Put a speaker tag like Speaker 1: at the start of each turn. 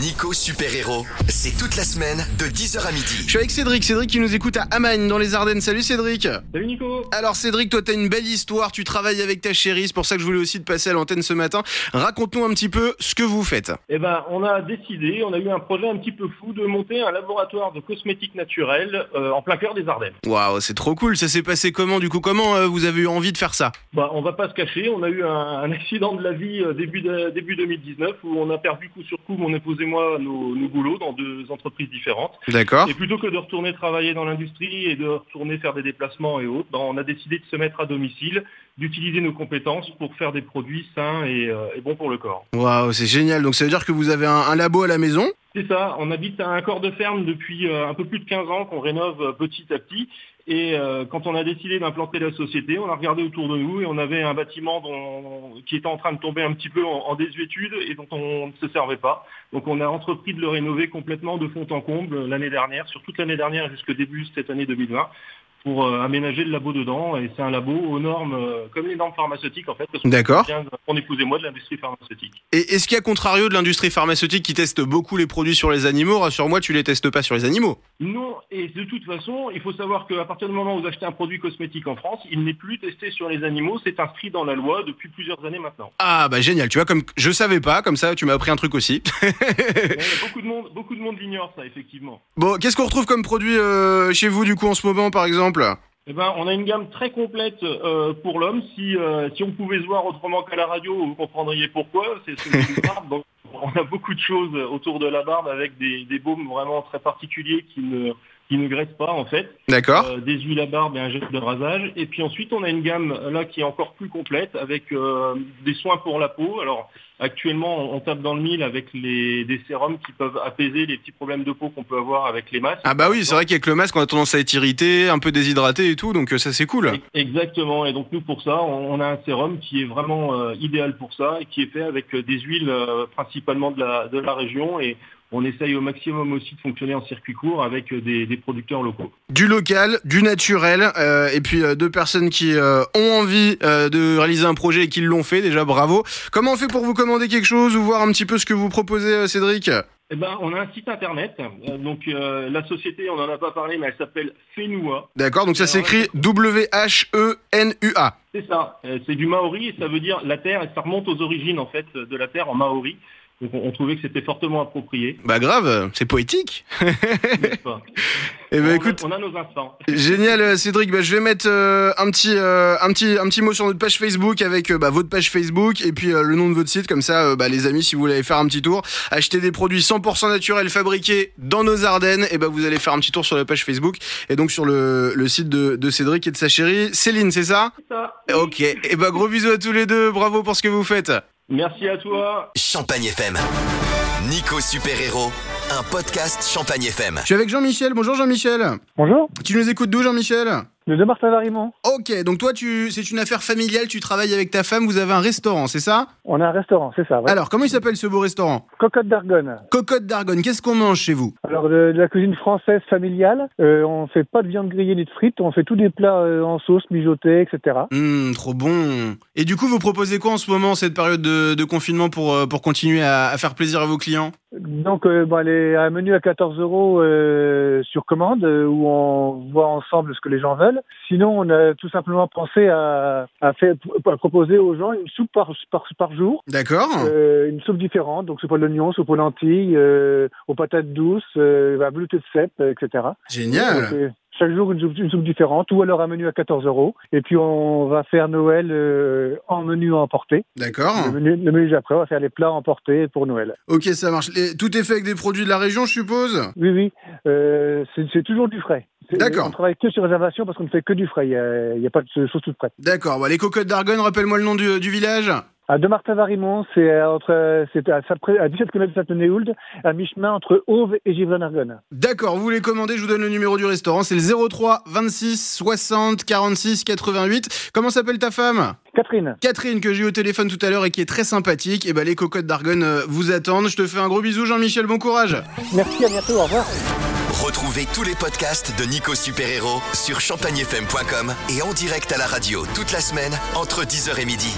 Speaker 1: Nico Super Héros, c'est toute la semaine de 10h à midi.
Speaker 2: Je suis avec Cédric, Cédric qui nous écoute à Amagne dans les Ardennes. Salut Cédric
Speaker 3: Salut Nico
Speaker 2: Alors Cédric, toi t'as une belle histoire, tu travailles avec ta chérie, c'est pour ça que je voulais aussi te passer à l'antenne ce matin. Raconte-nous un petit peu ce que vous faites.
Speaker 3: Eh ben, on a décidé, on a eu un projet un petit peu fou de monter un laboratoire de cosmétiques naturels euh, en plein cœur des Ardennes.
Speaker 2: Waouh, c'est trop cool, ça s'est passé comment du coup Comment euh, vous avez eu envie de faire ça
Speaker 3: Bah, on va pas se cacher, on a eu un, un accident de la vie euh, début, de- début 2019 où on a perdu coup sur coup, mon épouse et moi, nos, nos boulots dans deux entreprises différentes.
Speaker 2: D'accord
Speaker 3: Et plutôt que de retourner travailler dans l'industrie et de retourner faire des déplacements et autres, ben, on a décidé de se mettre à domicile, d'utiliser nos compétences pour faire des produits sains et, euh, et bons pour le corps.
Speaker 2: Waouh, c'est génial, donc ça veut dire que vous avez un, un labo à la maison
Speaker 3: C'est ça, on habite à un corps de ferme depuis euh, un peu plus de 15 ans qu'on rénove euh, petit à petit. Et euh, quand on a décidé d'implanter la société, on a regardé autour de nous et on avait un bâtiment dont- qui était en train de tomber un petit peu en, en désuétude et dont on ne se servait pas. Donc on a entrepris de le rénover complètement de fond en comble euh, l'année dernière, sur toute l'année dernière jusqu'au début de cette année 2020 pour euh, aménager le labo dedans. Et c'est un labo aux normes, euh, comme les normes pharmaceutiques en fait, parce qu'on
Speaker 2: D'accord.
Speaker 3: vient, de- mon épouse et moi, de l'industrie pharmaceutique.
Speaker 2: Et est-ce qu'à contrario de l'industrie pharmaceutique qui teste beaucoup les produits sur les animaux, rassure-moi, tu les testes pas sur les animaux
Speaker 3: Non, et de toute façon, il faut savoir qu'à partir du moment où vous achetez un produit cosmétique en France, il n'est plus testé sur les animaux, c'est inscrit dans la loi depuis plusieurs années maintenant.
Speaker 2: Ah bah génial, tu vois, comme je savais pas, comme ça tu m'as appris un truc aussi.
Speaker 3: Mais beaucoup de monde, beaucoup de monde l'ignore ça, effectivement.
Speaker 2: Bon, qu'est-ce qu'on retrouve comme produit euh, chez vous du coup en ce moment par exemple
Speaker 3: Eh ben, on a une gamme très complète euh, pour l'homme. Si, euh, si on pouvait se voir autrement qu'à la radio, vous comprendriez pourquoi. C'est celui de barbe. Donc, on a beaucoup de choses autour de la barbe avec des, des baumes vraiment très particuliers qui ne, qui ne graissent pas en fait.
Speaker 2: D'accord
Speaker 3: Euh, des huiles à barbe et un gel de rasage. Et puis ensuite, on a une gamme euh, là qui est encore plus complète avec euh, des soins pour la peau. Alors actuellement, on, on tape dans le mille avec les, des sérums qui peuvent apaiser les petits problèmes de peau qu'on peut avoir avec les masques.
Speaker 2: Ah bah oui, c'est vrai qu'avec le masque, on a tendance à être irrité, un peu déshydraté et tout, donc euh, ça c'est cool.
Speaker 3: Exactement. Et donc nous, pour ça, on, on a un sérum qui est vraiment euh, idéal pour ça et qui est fait avec euh, des huiles euh, principalement de la, de la région. Et on essaye au maximum aussi de fonctionner en circuit court avec euh, des- des producteurs locaux.
Speaker 2: Du local, du naturel, euh, et puis euh, deux personnes qui euh, ont envie euh, de réaliser un projet et qui l'ont fait, déjà bravo. Comment on fait pour vous commander quelque chose ou voir un petit peu ce que vous proposez, euh, Cédric
Speaker 3: Eh ben, on a un site internet. Euh, donc euh, la société, on n'en a pas parlé, mais elle s'appelle Fenua.
Speaker 2: D'accord, donc ça s'écrit E W-H-E-N-U-A.
Speaker 3: C'est ça. Euh, c'est du maori et ça veut dire la terre. Et ça remonte aux origines en fait de la terre en maori. Donc on, on trouvait que c'était fortement approprié.
Speaker 2: Bah grave, euh, c'est poétique.
Speaker 3: n'est-ce pas
Speaker 2: Eh
Speaker 3: on,
Speaker 2: ben
Speaker 3: a-
Speaker 2: écoute,
Speaker 3: on a nos instants.
Speaker 2: Génial euh, Cédric, bah, je vais mettre euh, un petit euh, un petit un petit mot sur notre page Facebook avec euh, bah, votre page Facebook et puis euh, le nom de votre site comme ça euh, bah, les amis si vous voulez aller faire un petit tour, acheter des produits 100% naturels fabriqués dans nos Ardennes et bah vous allez faire un petit tour sur la page Facebook et donc sur le, le site de, de Cédric et de sa chérie Céline, c'est ça
Speaker 3: C'est ça.
Speaker 2: OK. Et bah gros bisous à tous les deux, bravo pour ce que vous faites.
Speaker 3: Merci à toi.
Speaker 1: Champagne FM. Nico Super Héros, un podcast Champagne FM.
Speaker 2: Je suis avec Jean-Michel. Bonjour Jean-Michel.
Speaker 4: Bonjour,
Speaker 2: Tu nous écoutes d'où Jean-Michel
Speaker 4: le de Martin Varimont.
Speaker 2: OK, donc toi tu c'est une affaire familiale, tu travailles avec ta femme, vous avez un restaurant, c'est ça
Speaker 4: On a un restaurant, c'est ça. ouais.
Speaker 2: Alors, comment il s'appelle ce beau restaurant
Speaker 4: Cocotte d'Argonne.
Speaker 2: Cocotte d'Argonne, qu'est-ce qu'on mange chez vous
Speaker 4: Alors de, de la cuisine française familiale, euh, on fait pas de viande grillée ni de frites, on fait tous des plats euh, en sauce, mijotés, etc.
Speaker 2: Hum, trop bon. Et du coup, vous proposez quoi en ce moment, cette période de, de confinement, pour, euh, pour continuer à, à faire plaisir à vos clients
Speaker 4: Donc euh, bon, les- un menu à 14 euros euh, sur commande euh, où on voit ensemble ce que les gens veulent. Sinon, on a tout simplement pensé à, à, faire, à proposer aux gens une soupe par, par, par jour,
Speaker 2: D'accord
Speaker 4: euh, une soupe différente, donc soupe à l'oignon, soupe aux lentilles, euh, aux patates douces, euh, à velouté de cèpe, euh, etc.
Speaker 2: Génial
Speaker 4: Donc, euh, Chaque jour une soupe, une soupe différente ou alors un menu à 14 euros. Et puis on va faire Noël euh, en menu à emporter.
Speaker 2: D'accord
Speaker 4: Le menu, le menu d'après, on va faire les plats à emporter pour Noël.
Speaker 2: Ok, ça marche. Les- tout est fait avec des produits de la région, je suppose
Speaker 4: Oui, oui, euh, c'est c'est toujours du frais. C'est-
Speaker 2: D'accord.
Speaker 4: On travaille que sur réservation parce qu'on ne fait que du frais. Il n'y a, il y a pas de choses toutes prêtes.
Speaker 2: D'accord, bah, les cocottes d'Argonne, rappelle-moi le nom du, du village
Speaker 4: À De Martin-Varimont, c'est à entre euh, c'est à, Saint-Pré- à 17 km de saint à mi-chemin entre Auve et Givron-Argonne.
Speaker 2: D'accord, vous voulez commander, je vous donne le numéro du restaurant, c'est le 03 26 60 46 88. Comment s'appelle ta femme
Speaker 4: Catherine,
Speaker 2: Catherine que j'ai eu au téléphone tout à l'heure et qui est très sympathique, et ben les cocottes d'Argonne euh, vous attendent. Je te fais un gros bisou Jean-Michel, bon courage.
Speaker 4: merci, à bientôt, au revoir.
Speaker 1: Retrouvez tous les podcasts de Nico Super Héros sur champagnefm.com et en direct à la radio toute la semaine entre 10h et midi.